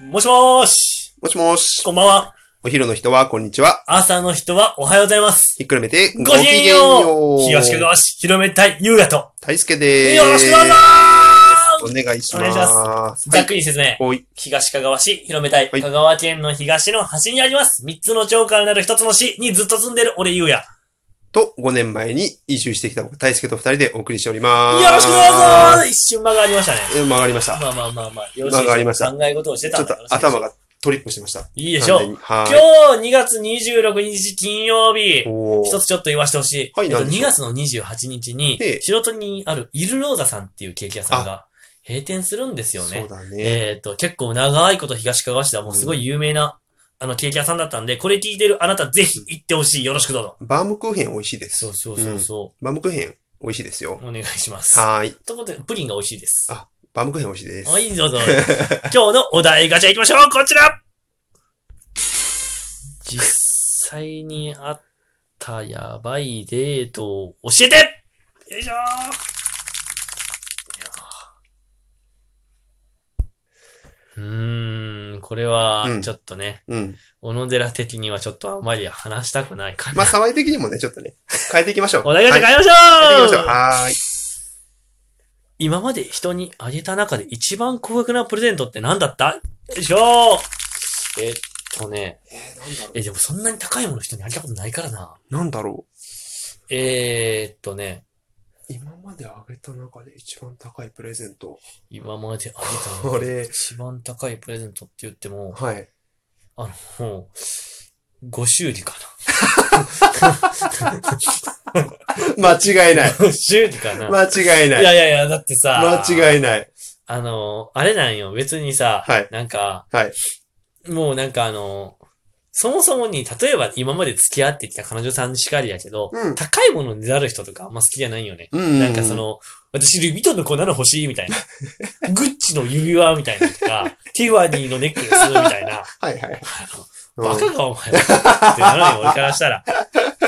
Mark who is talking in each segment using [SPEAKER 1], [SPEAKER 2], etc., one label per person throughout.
[SPEAKER 1] もしもーし。
[SPEAKER 2] もしもし。
[SPEAKER 1] こんばんは。
[SPEAKER 2] お昼の人は、こんにちは。
[SPEAKER 1] 朝の人はおはようございます。
[SPEAKER 2] ひっくるめて、
[SPEAKER 1] ごきげんよう。東区
[SPEAKER 2] の。
[SPEAKER 1] 川市広めたい優雅と。
[SPEAKER 2] 大輔で
[SPEAKER 1] よろ
[SPEAKER 2] す。
[SPEAKER 1] しくどうぞ
[SPEAKER 2] お願いします。
[SPEAKER 1] お願いし
[SPEAKER 2] ます
[SPEAKER 1] ざっくり説明。
[SPEAKER 2] おい。
[SPEAKER 1] 東かがわ市広めたい。
[SPEAKER 2] はい
[SPEAKER 1] 香川県の東の端にあります。三つの町からなる一つの市にずっと住んでる俺優也。よ
[SPEAKER 2] と、5年前に移住してきた僕、大輔と2人でお送りしております。
[SPEAKER 1] ろしくどうぞ一瞬間がありましたね。
[SPEAKER 2] え曲がりました。
[SPEAKER 1] まあまあまあまあ。よろしいでしょう
[SPEAKER 2] 間がありました
[SPEAKER 1] 考え事をしてた
[SPEAKER 2] ちょ
[SPEAKER 1] ん
[SPEAKER 2] っ
[SPEAKER 1] だよ
[SPEAKER 2] と
[SPEAKER 1] ろしいでしょう
[SPEAKER 2] 頭がトリップしてました。
[SPEAKER 1] いいでしょう。
[SPEAKER 2] 完全には
[SPEAKER 1] 今日2月26日金曜日
[SPEAKER 2] い。。お
[SPEAKER 1] 一
[SPEAKER 2] ー
[SPEAKER 1] つちょっと言わせてほしい。
[SPEAKER 2] はい
[SPEAKER 1] えっと、
[SPEAKER 2] 何でし
[SPEAKER 1] 2
[SPEAKER 2] ょう
[SPEAKER 1] 月の28日に
[SPEAKER 2] ええ、
[SPEAKER 1] 白鳥にあるイルローザさんっていうケーキ屋さんが閉店するんですよ
[SPEAKER 2] そ
[SPEAKER 1] ね
[SPEAKER 2] う。だね。
[SPEAKER 1] えっと、結構長いこと東かがわ市ではもうすごい有名な、あの、ケーキ屋さんだったんで、これ聞いてるあなたぜひ行ってほしい。よろしくどうぞ。
[SPEAKER 2] バームクーヘン美味しいです
[SPEAKER 1] そう。そうそうそ
[SPEAKER 2] バームクーヘン美味しいですよ
[SPEAKER 1] う。。お願いします。
[SPEAKER 2] はーい。
[SPEAKER 1] ということで、プリンが美味しいです。
[SPEAKER 2] あバームクーヘン美味しいです。
[SPEAKER 1] はい、どうぞ。今日のお題ガチャ行きましょうこちら実際にあったやばいデートを教えてよいしょーいやーうーん、これは
[SPEAKER 2] う、ん
[SPEAKER 1] ちょっとね、
[SPEAKER 2] うん。
[SPEAKER 1] 小野寺的にはちょっとあまり話したくない感じ。
[SPEAKER 2] まあ、騒い的にもね、ちょっとね、変えていきましょう。
[SPEAKER 1] お題ガチャ
[SPEAKER 2] は
[SPEAKER 1] 変
[SPEAKER 2] い
[SPEAKER 1] えましょ
[SPEAKER 2] 変えていき
[SPEAKER 1] う
[SPEAKER 2] ましょう。はーい。
[SPEAKER 1] 今まで人にあげた中で一番高額なプレゼントって何だったよいしょーえっとね。え、でもそんなに高いもの人にあげたことないからな。
[SPEAKER 2] なんだろ
[SPEAKER 1] えー、っとね、
[SPEAKER 2] う。今まであげた中で一番高いプレゼント。
[SPEAKER 1] 今まであげたの
[SPEAKER 2] これ、
[SPEAKER 1] 一番高いプレゼントって言っても、
[SPEAKER 2] はい。
[SPEAKER 1] あの、もう、ご祝儀か
[SPEAKER 2] 間違いな
[SPEAKER 1] な。。
[SPEAKER 2] い
[SPEAKER 1] ご祝儀かな。
[SPEAKER 2] 間違 い
[SPEAKER 1] い
[SPEAKER 2] ない。
[SPEAKER 1] やいやいや、だってさ、
[SPEAKER 2] 間違いない。
[SPEAKER 1] あの、あれなんよ、別にさ、
[SPEAKER 2] はい
[SPEAKER 1] なんか、
[SPEAKER 2] はい
[SPEAKER 1] もうなんかあの、そもそもに、例えば今まで付き合ってきた彼女さんにしかりやけど、
[SPEAKER 2] うん
[SPEAKER 1] 高いものになる人とかあんま好きじゃないよね。
[SPEAKER 2] うん
[SPEAKER 1] なんかそ、の、私、ルビトンのこんなの欲しいみたい な。グッチの指輪みたいなのとか、ティファニーのネックレスみたいな。
[SPEAKER 2] はいはい。
[SPEAKER 1] バカかお前はってなるよ、俺からした ら。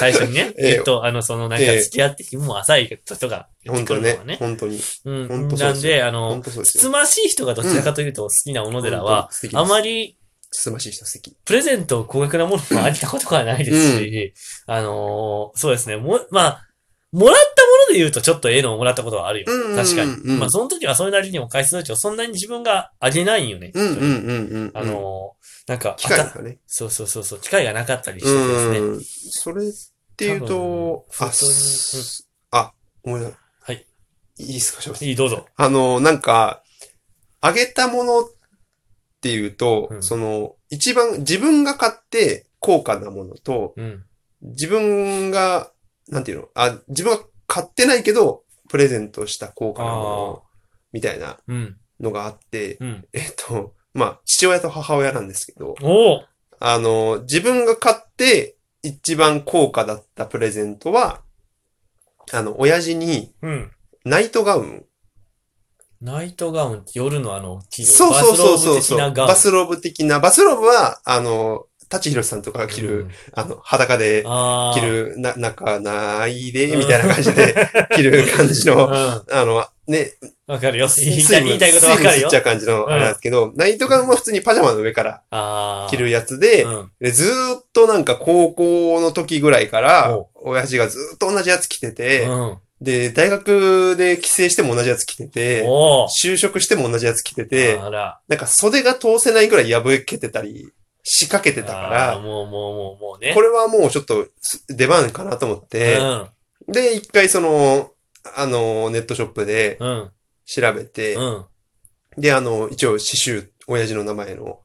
[SPEAKER 1] 最初にね。
[SPEAKER 2] ええ
[SPEAKER 1] えっと、あの、そのなんか
[SPEAKER 2] ええ
[SPEAKER 1] 付き合ってきもう浅い人とか
[SPEAKER 2] うん
[SPEAKER 1] 言って
[SPEAKER 2] 本
[SPEAKER 1] く
[SPEAKER 2] 当
[SPEAKER 1] る
[SPEAKER 2] ね
[SPEAKER 1] のはね。。
[SPEAKER 2] 本当に。
[SPEAKER 1] う
[SPEAKER 2] 本
[SPEAKER 1] ん。
[SPEAKER 2] 当そう
[SPEAKER 1] な
[SPEAKER 2] で
[SPEAKER 1] ん
[SPEAKER 2] すよ
[SPEAKER 1] で、あの
[SPEAKER 2] 本、当そうで
[SPEAKER 1] つ
[SPEAKER 2] す
[SPEAKER 1] つ
[SPEAKER 2] よ。
[SPEAKER 1] ましい人がどちらかというと好きな小野寺は、
[SPEAKER 2] 本当に素敵です
[SPEAKER 1] あまり
[SPEAKER 2] つつましい人素敵。
[SPEAKER 1] プレゼントを高額なものもあげたことがないですし、あのーそうですね、も、まあ、もらったもので言うとちょっとええのをもらったことはあるよ。
[SPEAKER 2] うんうんうん
[SPEAKER 1] 確かに。
[SPEAKER 2] うん
[SPEAKER 1] まあ、その時はそれなりにも回数のうちをそんなに自分があげないんよね。
[SPEAKER 2] うんうんうんうん。
[SPEAKER 1] あ、のーなんか、
[SPEAKER 2] 機会
[SPEAKER 1] あ
[SPEAKER 2] で
[SPEAKER 1] た
[SPEAKER 2] すよね。
[SPEAKER 1] そうそうそうそう、機会がなかったりしてですね。
[SPEAKER 2] うん。それっていうと、
[SPEAKER 1] 多分
[SPEAKER 2] あ、
[SPEAKER 1] 本当に
[SPEAKER 2] すあ、思い出した。
[SPEAKER 1] はい。
[SPEAKER 2] いいですか、翔
[SPEAKER 1] いい、どうぞ。
[SPEAKER 2] あの、なんか、あげたものっていうと、
[SPEAKER 1] うん
[SPEAKER 2] その、一番自分が買って高価なものと、
[SPEAKER 1] うん。
[SPEAKER 2] 自分が、なんていうのあ、自分が買ってないけど、プレゼントした高価なも
[SPEAKER 1] あ
[SPEAKER 2] の、みたいな
[SPEAKER 1] うん。
[SPEAKER 2] のがあって、
[SPEAKER 1] うん。
[SPEAKER 2] えっと、まあ、父親と母親なんですけど、
[SPEAKER 1] おー
[SPEAKER 2] あの、自分が買って一番高価だったプレゼントは、あの、親父に
[SPEAKER 1] うん。
[SPEAKER 2] ナイトガウン
[SPEAKER 1] ナイトガウンって夜のあの、黄色い
[SPEAKER 2] そうそうそうそうそう。
[SPEAKER 1] バスローブ的なガウン。
[SPEAKER 2] バスローブ的な。バスローブは、あの、舘ひろしさんとかが着る、
[SPEAKER 1] うん
[SPEAKER 2] あの、裸で
[SPEAKER 1] あー
[SPEAKER 2] 着る、な、なんか、ないで、みたいな感 じで着る感じの、
[SPEAKER 1] う
[SPEAKER 2] あの、ね、
[SPEAKER 1] ん。わかるよ。言いた
[SPEAKER 2] 水
[SPEAKER 1] い
[SPEAKER 2] 分
[SPEAKER 1] 言いたいことわかる
[SPEAKER 2] 水分吸
[SPEAKER 1] よ
[SPEAKER 2] っちゃ。う感じの、あれなんですけど、ナイトガウンは普通にパジャマの上から
[SPEAKER 1] ああ。
[SPEAKER 2] 着るやつで
[SPEAKER 1] う、ん。
[SPEAKER 2] でずーっとなんか高校の時ぐらいから
[SPEAKER 1] お、
[SPEAKER 2] 親父がずーっと同じやつ着てて、
[SPEAKER 1] うん。
[SPEAKER 2] で、大学で帰省しても同じやつ着てて、
[SPEAKER 1] おー
[SPEAKER 2] 就職しても同じやつ着てて、
[SPEAKER 1] あら。
[SPEAKER 2] なんか袖が通せないぐらい破けてたり、仕掛けてたか
[SPEAKER 1] あー
[SPEAKER 2] ら、
[SPEAKER 1] もうもうもうもうね。
[SPEAKER 2] これはもうちょっとす出番かなと思って、で、一回その、あの、ネットショップで
[SPEAKER 1] うん。うん。
[SPEAKER 2] 調べて、
[SPEAKER 1] うん。
[SPEAKER 2] で、あの、一応刺繍、親父の名前の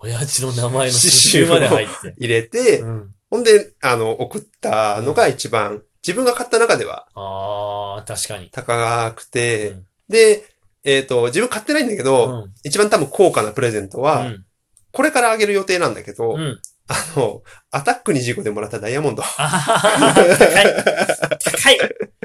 [SPEAKER 1] 親父の名前の
[SPEAKER 2] 刺
[SPEAKER 1] 刺
[SPEAKER 2] 繍
[SPEAKER 1] 繍
[SPEAKER 2] を
[SPEAKER 1] まで入って。
[SPEAKER 2] 入れて、
[SPEAKER 1] うん。
[SPEAKER 2] ほんで、あの、送ったのが一番、自分が買った中では
[SPEAKER 1] ああ、確かに。
[SPEAKER 2] 高くて、
[SPEAKER 1] うん
[SPEAKER 2] で、えっ、と、自分買ってないんだけど、
[SPEAKER 1] うん。
[SPEAKER 2] 一番多分高価なプレゼント
[SPEAKER 1] う
[SPEAKER 2] は、
[SPEAKER 1] ん。
[SPEAKER 2] これからあげる予定なんだけど、
[SPEAKER 1] うん。
[SPEAKER 2] あの、アタック25でもらったダイヤモンド。
[SPEAKER 1] あははは高い。高い。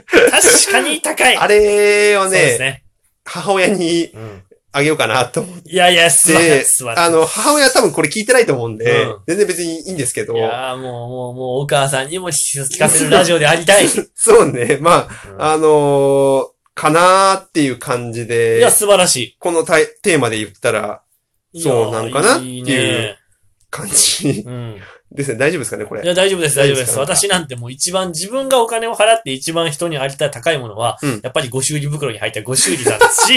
[SPEAKER 1] 確かに高い。
[SPEAKER 2] あれを
[SPEAKER 1] そうです
[SPEAKER 2] ね、
[SPEAKER 1] ね。
[SPEAKER 2] 母親に
[SPEAKER 1] うん。
[SPEAKER 2] あげようかな と思って。
[SPEAKER 1] いやいや、すばらしい。素晴ら
[SPEAKER 2] あ
[SPEAKER 1] しい
[SPEAKER 2] の、母親は多分これ聞いてないと思うんで、
[SPEAKER 1] うん
[SPEAKER 2] 全然別にいいんですけど
[SPEAKER 1] い、やーもう、もう、もう、お母さんにも聞かせるラジオでありたい。うん
[SPEAKER 2] そうね、ま あ、あのーかなーっていう感じ
[SPEAKER 1] いや、
[SPEAKER 2] で、
[SPEAKER 1] 素晴らしい。
[SPEAKER 2] このタイテーマで言ったら、
[SPEAKER 1] いやー
[SPEAKER 2] そうなんかなって
[SPEAKER 1] い
[SPEAKER 2] いう
[SPEAKER 1] ね。
[SPEAKER 2] 感じ
[SPEAKER 1] うん。
[SPEAKER 2] ですね。大丈夫ですかね、こ
[SPEAKER 1] い
[SPEAKER 2] れ。
[SPEAKER 1] や、大丈夫です、大丈夫です。
[SPEAKER 2] 大丈夫です
[SPEAKER 1] 私なんてもう一番、自分がお金を払って一番人にありたい高いものは、
[SPEAKER 2] うん
[SPEAKER 1] やっぱりご修理袋に入ったご修理さんです し、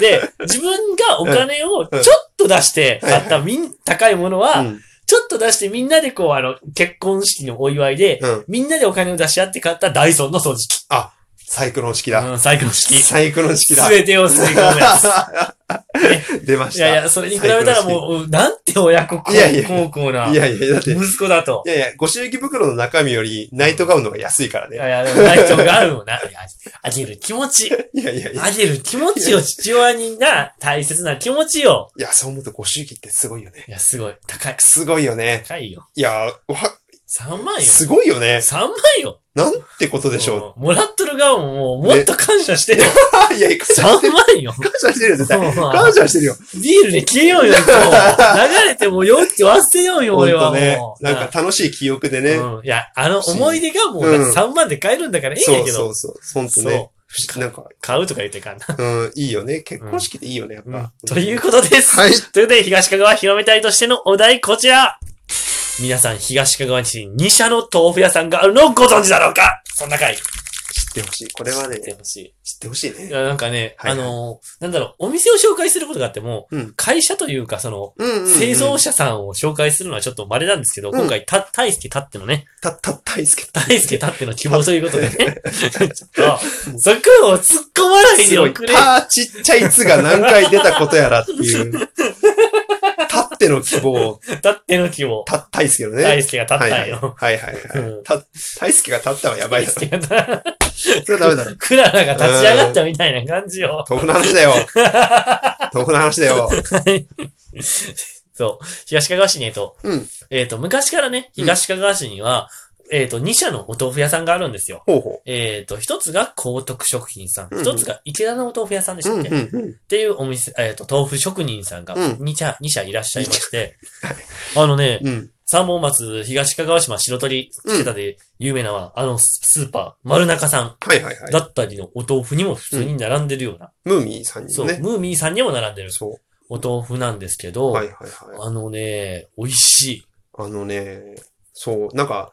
[SPEAKER 1] で、自分がお金をちょっと出して買ったみん、高いものは、
[SPEAKER 2] うん。
[SPEAKER 1] ちょっと出してみんなでこう、あの、結婚式のお祝いで、
[SPEAKER 2] うん。
[SPEAKER 1] みんなでお金を出し合って買ったダイソンの掃除機。
[SPEAKER 2] サイクロン式だ。
[SPEAKER 1] うん、サイクロン式。
[SPEAKER 2] サイクロン式
[SPEAKER 1] す
[SPEAKER 2] だ。
[SPEAKER 1] べてを吸い込め ます。
[SPEAKER 2] 出まし
[SPEAKER 1] い
[SPEAKER 2] た。
[SPEAKER 1] やいや、それに比べたらもう、うんなんて親子
[SPEAKER 2] いやいや
[SPEAKER 1] 孝行ない
[SPEAKER 2] やいや、だって、い
[SPEAKER 1] 息子だと。
[SPEAKER 2] やいや、ご祝儀袋の中身よりナイトガウンの方が安いから
[SPEAKER 1] い
[SPEAKER 2] ね。
[SPEAKER 1] やいや、でも大丈夫 があるもんな。いやあげる気持ち。
[SPEAKER 2] いやいやいや。
[SPEAKER 1] あげる気持ちを父親にな、大切な気持ちよ。
[SPEAKER 2] いや、そう思うとご祝儀ってすごいよね。
[SPEAKER 1] いや、すごい。高い。
[SPEAKER 2] すごいよね。
[SPEAKER 1] 高いよ。
[SPEAKER 2] いや、わ、
[SPEAKER 1] 3万よ。
[SPEAKER 2] すごいよね。
[SPEAKER 1] 3万よ。
[SPEAKER 2] なんてことでしょ
[SPEAKER 1] うんもらっとる側ももう、もっと感謝してよ。
[SPEAKER 2] う。いや、感謝し
[SPEAKER 1] 3
[SPEAKER 2] てる。
[SPEAKER 1] 万よ。
[SPEAKER 2] 感謝してるよ、絶対。
[SPEAKER 1] うん
[SPEAKER 2] 感謝してるよ。
[SPEAKER 1] ビールで消えようよ、今日流れてもうよって忘れようよ、
[SPEAKER 2] ほん
[SPEAKER 1] 俺は
[SPEAKER 2] とね
[SPEAKER 1] も。う。
[SPEAKER 2] なんか楽しい記憶でね。
[SPEAKER 1] うん。いや、あの思い出がもう
[SPEAKER 2] うん
[SPEAKER 1] 3万で買えるんだからいいん
[SPEAKER 2] そ
[SPEAKER 1] や
[SPEAKER 2] う
[SPEAKER 1] け
[SPEAKER 2] そ
[SPEAKER 1] ど。
[SPEAKER 2] うそう。ほん
[SPEAKER 1] そ
[SPEAKER 2] と
[SPEAKER 1] う。
[SPEAKER 2] ね。なんか、
[SPEAKER 1] 買うとか言ってかんな。
[SPEAKER 2] うん、いいよね。結婚式っていいよね、やっ
[SPEAKER 1] うん
[SPEAKER 2] ぱ。。
[SPEAKER 1] ということです。
[SPEAKER 2] はい。
[SPEAKER 1] ということで、東かがわ広めたいとしてのお題、こちら皆さん、東かがわに2社の豆腐屋さんがあるのをご存知だろうかそんな回。
[SPEAKER 2] 知ってほしい。これはね
[SPEAKER 1] 知っ、てほし
[SPEAKER 2] 知ってほしい
[SPEAKER 1] い。い
[SPEAKER 2] ね。
[SPEAKER 1] や、なんかね、
[SPEAKER 2] はい
[SPEAKER 1] あのーなんだろう、お店を紹介することがあっても、
[SPEAKER 2] うん
[SPEAKER 1] 会社というか、その、
[SPEAKER 2] うんうんうん。
[SPEAKER 1] 製造者さんを紹介するのはちょっと稀なんですけど、
[SPEAKER 2] うん
[SPEAKER 1] 今回、た、大輔たってのね、
[SPEAKER 2] た、た、大好き。
[SPEAKER 1] 大輔たっての希望ということ でね、ちょっと、そこを突っ込まない
[SPEAKER 2] す
[SPEAKER 1] で
[SPEAKER 2] ご
[SPEAKER 1] お
[SPEAKER 2] い。
[SPEAKER 1] くれ。
[SPEAKER 2] た、ちっちゃいつが何回出たことやらっ ていう。たっての希望、
[SPEAKER 1] たっての希望。
[SPEAKER 2] た、大好きのね。
[SPEAKER 1] 大輔がたっ
[SPEAKER 2] はい
[SPEAKER 1] た
[SPEAKER 2] は
[SPEAKER 1] ん
[SPEAKER 2] い
[SPEAKER 1] よ。
[SPEAKER 2] はいはいは
[SPEAKER 1] う
[SPEAKER 2] い。
[SPEAKER 1] ん
[SPEAKER 2] た、大輔が立ったはやば
[SPEAKER 1] 大
[SPEAKER 2] いです。
[SPEAKER 1] 輔がた
[SPEAKER 2] それはダメだろ。
[SPEAKER 1] クララが立ち上がったみたいな感じよ。
[SPEAKER 2] 豆腐の話だ よ。豆腐の話だよ。
[SPEAKER 1] そう。東かがわ市に、えっと、
[SPEAKER 2] うん
[SPEAKER 1] えっと、昔からね、
[SPEAKER 2] うん
[SPEAKER 1] 東かがわ市には、えっと、2社のお豆腐屋さんがあるんですよ。
[SPEAKER 2] ほうほ
[SPEAKER 1] えっと、一つが高徳食品さん、
[SPEAKER 2] うんうん
[SPEAKER 1] 一つが池田のお豆腐屋さんでし
[SPEAKER 2] う。う
[SPEAKER 1] た
[SPEAKER 2] ん
[SPEAKER 1] っ
[SPEAKER 2] うん
[SPEAKER 1] け、
[SPEAKER 2] う
[SPEAKER 1] っ
[SPEAKER 2] ん。
[SPEAKER 1] ていうお店、えっと、豆腐職人さんが
[SPEAKER 2] うん
[SPEAKER 1] 2社、二社いらっしゃいまして、あのね、
[SPEAKER 2] うん。
[SPEAKER 1] 三本松東かがわ島白鳥池田で有名なのは、あのスーパー、丸中さん
[SPEAKER 2] はいはいはい。
[SPEAKER 1] だったりのお豆腐にも普通に並んでるような、
[SPEAKER 2] ムーミーさんに
[SPEAKER 1] そ
[SPEAKER 2] も
[SPEAKER 1] う、
[SPEAKER 2] ね。
[SPEAKER 1] ムーミーさんにも並んでる
[SPEAKER 2] そ
[SPEAKER 1] お豆腐なんですけ
[SPEAKER 2] う。
[SPEAKER 1] ど、
[SPEAKER 2] はいはいはい。
[SPEAKER 1] あのね、美味しい。
[SPEAKER 2] あのね、そう、なんか、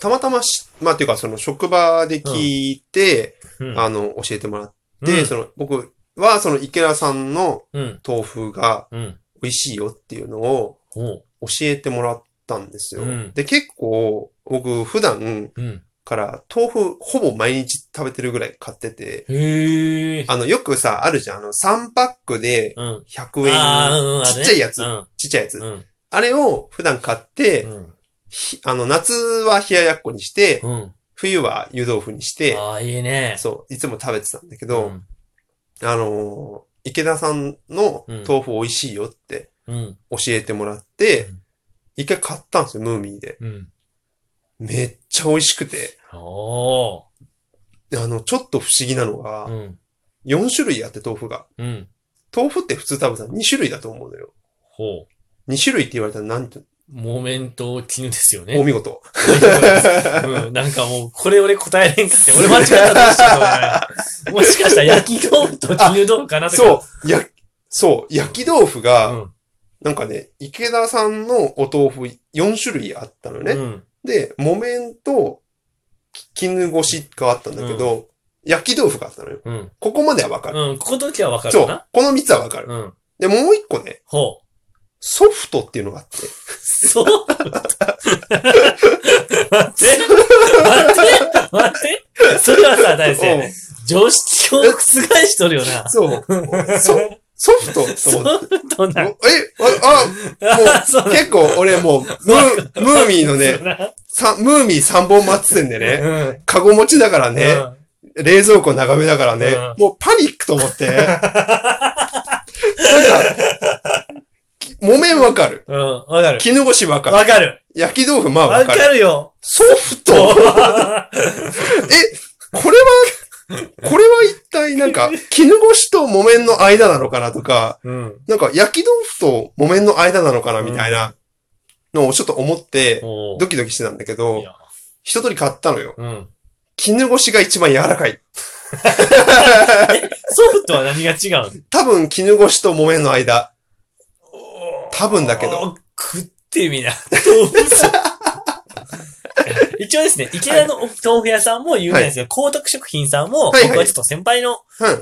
[SPEAKER 2] たまたまし、まあっていうかその職場で聞いて、
[SPEAKER 1] うん、
[SPEAKER 2] あの、教えてもらっ
[SPEAKER 1] うん
[SPEAKER 2] て、その僕はその池田さんの
[SPEAKER 1] うん、
[SPEAKER 2] 豆腐が
[SPEAKER 1] うん、
[SPEAKER 2] 美味しいよっていうのを
[SPEAKER 1] おう、
[SPEAKER 2] 教えてもらったんですよ
[SPEAKER 1] うん。
[SPEAKER 2] で、結構僕普段
[SPEAKER 1] うん。
[SPEAKER 2] から豆腐ほぼ毎日食べてるぐらい買ってて、
[SPEAKER 1] へえ。
[SPEAKER 2] あの、よくさ、あるじゃん、あの、3パックで
[SPEAKER 1] うん。
[SPEAKER 2] 100
[SPEAKER 1] あ
[SPEAKER 2] 円、
[SPEAKER 1] ーうん、あれ
[SPEAKER 2] ち
[SPEAKER 1] ね
[SPEAKER 2] っちゃいやつ
[SPEAKER 1] うん、
[SPEAKER 2] ちっちゃいやつ
[SPEAKER 1] う。ん、
[SPEAKER 2] あれを普段買って
[SPEAKER 1] う、ん。
[SPEAKER 2] ひあの、夏は冷ややっこにして、
[SPEAKER 1] うん。
[SPEAKER 2] 冬は湯豆腐にして、
[SPEAKER 1] ああ、いいね。
[SPEAKER 2] そう、いつも食べてたんだけ
[SPEAKER 1] う
[SPEAKER 2] ど、
[SPEAKER 1] ん
[SPEAKER 2] あのー、池田さんの
[SPEAKER 1] うん
[SPEAKER 2] 豆腐美味しいよって
[SPEAKER 1] うん、
[SPEAKER 2] 教えてもらって
[SPEAKER 1] うん、
[SPEAKER 2] 一回買ったんですよ、ムーミーで。
[SPEAKER 1] うん。
[SPEAKER 2] めっちゃ美味しくて、
[SPEAKER 1] おー。
[SPEAKER 2] あの、ちょっと不思議なのが
[SPEAKER 1] う、ん、
[SPEAKER 2] 4種類あって豆腐が。
[SPEAKER 1] うん。
[SPEAKER 2] 豆腐って普通多分さ、2種類だと思うのよ。
[SPEAKER 1] ほ
[SPEAKER 2] 2種類って言われたらなんて、
[SPEAKER 1] う。モメント絹ですよね。
[SPEAKER 2] お見事。
[SPEAKER 1] うん、なんかもう、これ俺答えれんかって、俺間違ったらどうしようか なもしかしたら焼き豆腐と絹豆腐かなとか。
[SPEAKER 2] そう、や、そう、焼き豆腐が、
[SPEAKER 1] うん。
[SPEAKER 2] なんかね、池田さんのお豆腐4種類あったのね。
[SPEAKER 1] うん。
[SPEAKER 2] で、木綿とき絹ごしがあったんだけど、焼き豆腐があったのよ。
[SPEAKER 1] うん。
[SPEAKER 2] ここまではわかる。
[SPEAKER 1] うん。ここの時はわかる
[SPEAKER 2] そ
[SPEAKER 1] かな
[SPEAKER 2] う、この3つはわかる。
[SPEAKER 1] うん。
[SPEAKER 2] で、もう1個ね、
[SPEAKER 1] ほう。
[SPEAKER 2] ソフトっていうのがあって、
[SPEAKER 1] そう待って待って待ってそれはさ、大
[SPEAKER 2] う
[SPEAKER 1] 勢、
[SPEAKER 2] ん
[SPEAKER 1] 常識を覆しとるよな。
[SPEAKER 2] そう、そソフトと
[SPEAKER 1] ソ
[SPEAKER 2] 思って。
[SPEAKER 1] フト
[SPEAKER 2] お
[SPEAKER 1] な。
[SPEAKER 2] え、あ、もう
[SPEAKER 1] あ そう
[SPEAKER 2] あ、
[SPEAKER 1] な
[SPEAKER 2] 結構俺もう、ムー、ムーミーのね、さムーミー3本待ってんでね、
[SPEAKER 1] ね。
[SPEAKER 2] カゴ持ちだから
[SPEAKER 1] うん。
[SPEAKER 2] ね、冷蔵庫眺めだからね、
[SPEAKER 1] う
[SPEAKER 2] もうパニックと思 って。なんか、木綿わかる。
[SPEAKER 1] うん。うんわかる。
[SPEAKER 2] 絹ごしわかる。
[SPEAKER 1] わかる。
[SPEAKER 2] 焼き豆腐まあわ
[SPEAKER 1] わ
[SPEAKER 2] か
[SPEAKER 1] か
[SPEAKER 2] る。
[SPEAKER 1] るよ。
[SPEAKER 2] ソフトえ、これは、これは一体なん か、絹ごしと木綿の間なのかなとか、
[SPEAKER 1] うん。
[SPEAKER 2] なんか焼き豆腐と木綿の間なのかなみたいなのをちょっと思って、
[SPEAKER 1] お
[SPEAKER 2] ドキドキしてたんだけ
[SPEAKER 1] い
[SPEAKER 2] ど、
[SPEAKER 1] や
[SPEAKER 2] 一通り買ったのよ。
[SPEAKER 1] うん。
[SPEAKER 2] 絹ごしが一番柔らか い。
[SPEAKER 1] ソフトは何が違うの
[SPEAKER 2] 多分、絹ごしと木綿の間。多分だけど。
[SPEAKER 1] お。食ってみな。豆腐 一応ですね、池田のお豆腐屋さんも有名なんですけど、光徳食品さんも、
[SPEAKER 2] はいはい
[SPEAKER 1] 僕はちょっと先輩の
[SPEAKER 2] う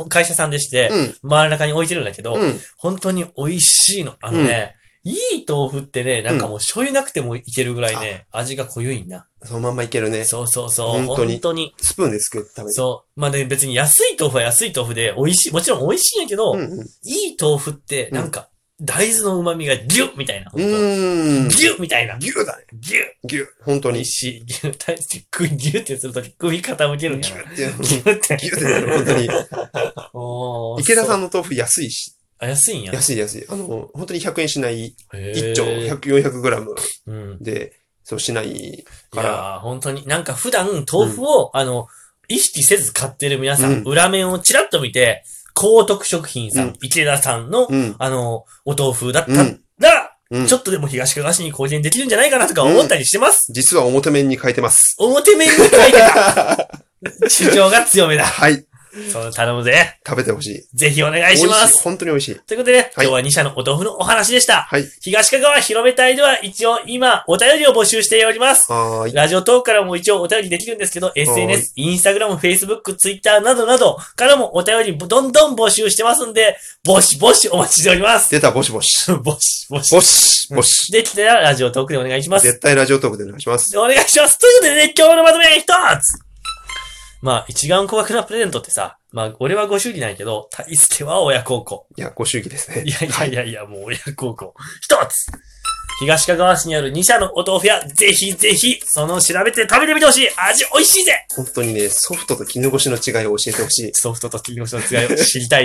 [SPEAKER 1] 会社さんでして、
[SPEAKER 2] ん。うん。
[SPEAKER 1] 真ん中に置いてるんだけど、
[SPEAKER 2] うん。
[SPEAKER 1] 本当に美味しいの。あのね、いい豆腐ってね、なんかもう醤油なくてもいけるぐらいね、味が濃ゆいんだ。
[SPEAKER 2] そのまんまいけるね。
[SPEAKER 1] そうそうそう。
[SPEAKER 2] 本当に
[SPEAKER 1] 本当に。
[SPEAKER 2] スプーンですくって食べる。
[SPEAKER 1] そう。まあね、別に安い豆腐は安い豆腐で美味しい。もちろん美味しいんやけど、
[SPEAKER 2] うんうん。
[SPEAKER 1] いい豆腐って、なんか、大豆の旨味がギュッみたいな。
[SPEAKER 2] う
[SPEAKER 1] 本
[SPEAKER 2] ーん。
[SPEAKER 1] 当ギュッみたいな。ギ
[SPEAKER 2] 牛だね。
[SPEAKER 1] ュッ
[SPEAKER 2] 牛。本当
[SPEAKER 1] 美
[SPEAKER 2] に
[SPEAKER 1] 味。しい。ギュッ、大して、グイギュッってするとき首傾けるんやな。
[SPEAKER 2] 牛って
[SPEAKER 1] ギュッって。
[SPEAKER 2] 牛ってなる本 当に。
[SPEAKER 1] おー
[SPEAKER 2] 池田さ
[SPEAKER 1] そう
[SPEAKER 2] んの豆腐安いし、
[SPEAKER 1] あ、安いんや。
[SPEAKER 2] 安い安い。あの、本当に100円しない、
[SPEAKER 1] へー
[SPEAKER 2] 1丁100 400グラム
[SPEAKER 1] うん。
[SPEAKER 2] で、そうしない
[SPEAKER 1] いや
[SPEAKER 2] から。
[SPEAKER 1] ー本当に、なんか普段豆腐を、あの、意識せず買ってる皆さん、
[SPEAKER 2] うん
[SPEAKER 1] 裏面をちらっと見て、高徳食品さん、
[SPEAKER 2] うん
[SPEAKER 1] 池田さんの、
[SPEAKER 2] うん。
[SPEAKER 1] あの、お豆腐だった
[SPEAKER 2] うん。
[SPEAKER 1] ら、
[SPEAKER 2] うん
[SPEAKER 1] ち。ょっとでも東かがしに貢献できるんじゃないかなとか思ったりしてます。
[SPEAKER 2] 実は表面に書いてます。
[SPEAKER 1] 表面に書いて た主張が強めだ。
[SPEAKER 2] はい。
[SPEAKER 1] その頼むぜ。
[SPEAKER 2] 食べてほしい。
[SPEAKER 1] ぜひお願
[SPEAKER 2] 美
[SPEAKER 1] い
[SPEAKER 2] 味
[SPEAKER 1] しま
[SPEAKER 2] しい。
[SPEAKER 1] す。
[SPEAKER 2] 本当に美味しい。
[SPEAKER 1] ということでね、今日は2社のお豆腐のお話でした。
[SPEAKER 2] はい。
[SPEAKER 1] 東かがわ広め隊では一応今、お便りを募集しております。
[SPEAKER 2] はーい。
[SPEAKER 1] ラジオトークからも一応お便りできるんですけど、SNS、インスタグラム、フェイスブック、ツイッターなどなどからもお便りどんどん募集してますんで、ぼしぼしお待ちしております。
[SPEAKER 2] 出た、ぼしぼし。
[SPEAKER 1] ぼしぼし
[SPEAKER 2] ぼ。し、ぼし。
[SPEAKER 1] できたらラジオトークでお願いします。
[SPEAKER 2] 絶対ラジオトークでお願いします。
[SPEAKER 1] お願いします。ということでね、今日のまとめ一つまあ、一眼高額なプレゼントってさ、まあ、俺はご祝儀ないけど、大捨ては親孝行。
[SPEAKER 2] いや、ご祝儀ですね。
[SPEAKER 1] いやいやいやいや、もう親孝行。一つ東かがわ市にある2社のお豆腐屋、ぜひぜひ、その調べて食べてみてほしい味美味しいぜ
[SPEAKER 2] 本当にね、ソフトと絹ごしの違いを教えてほしい。
[SPEAKER 1] ソフトと切り口の違いを知りたい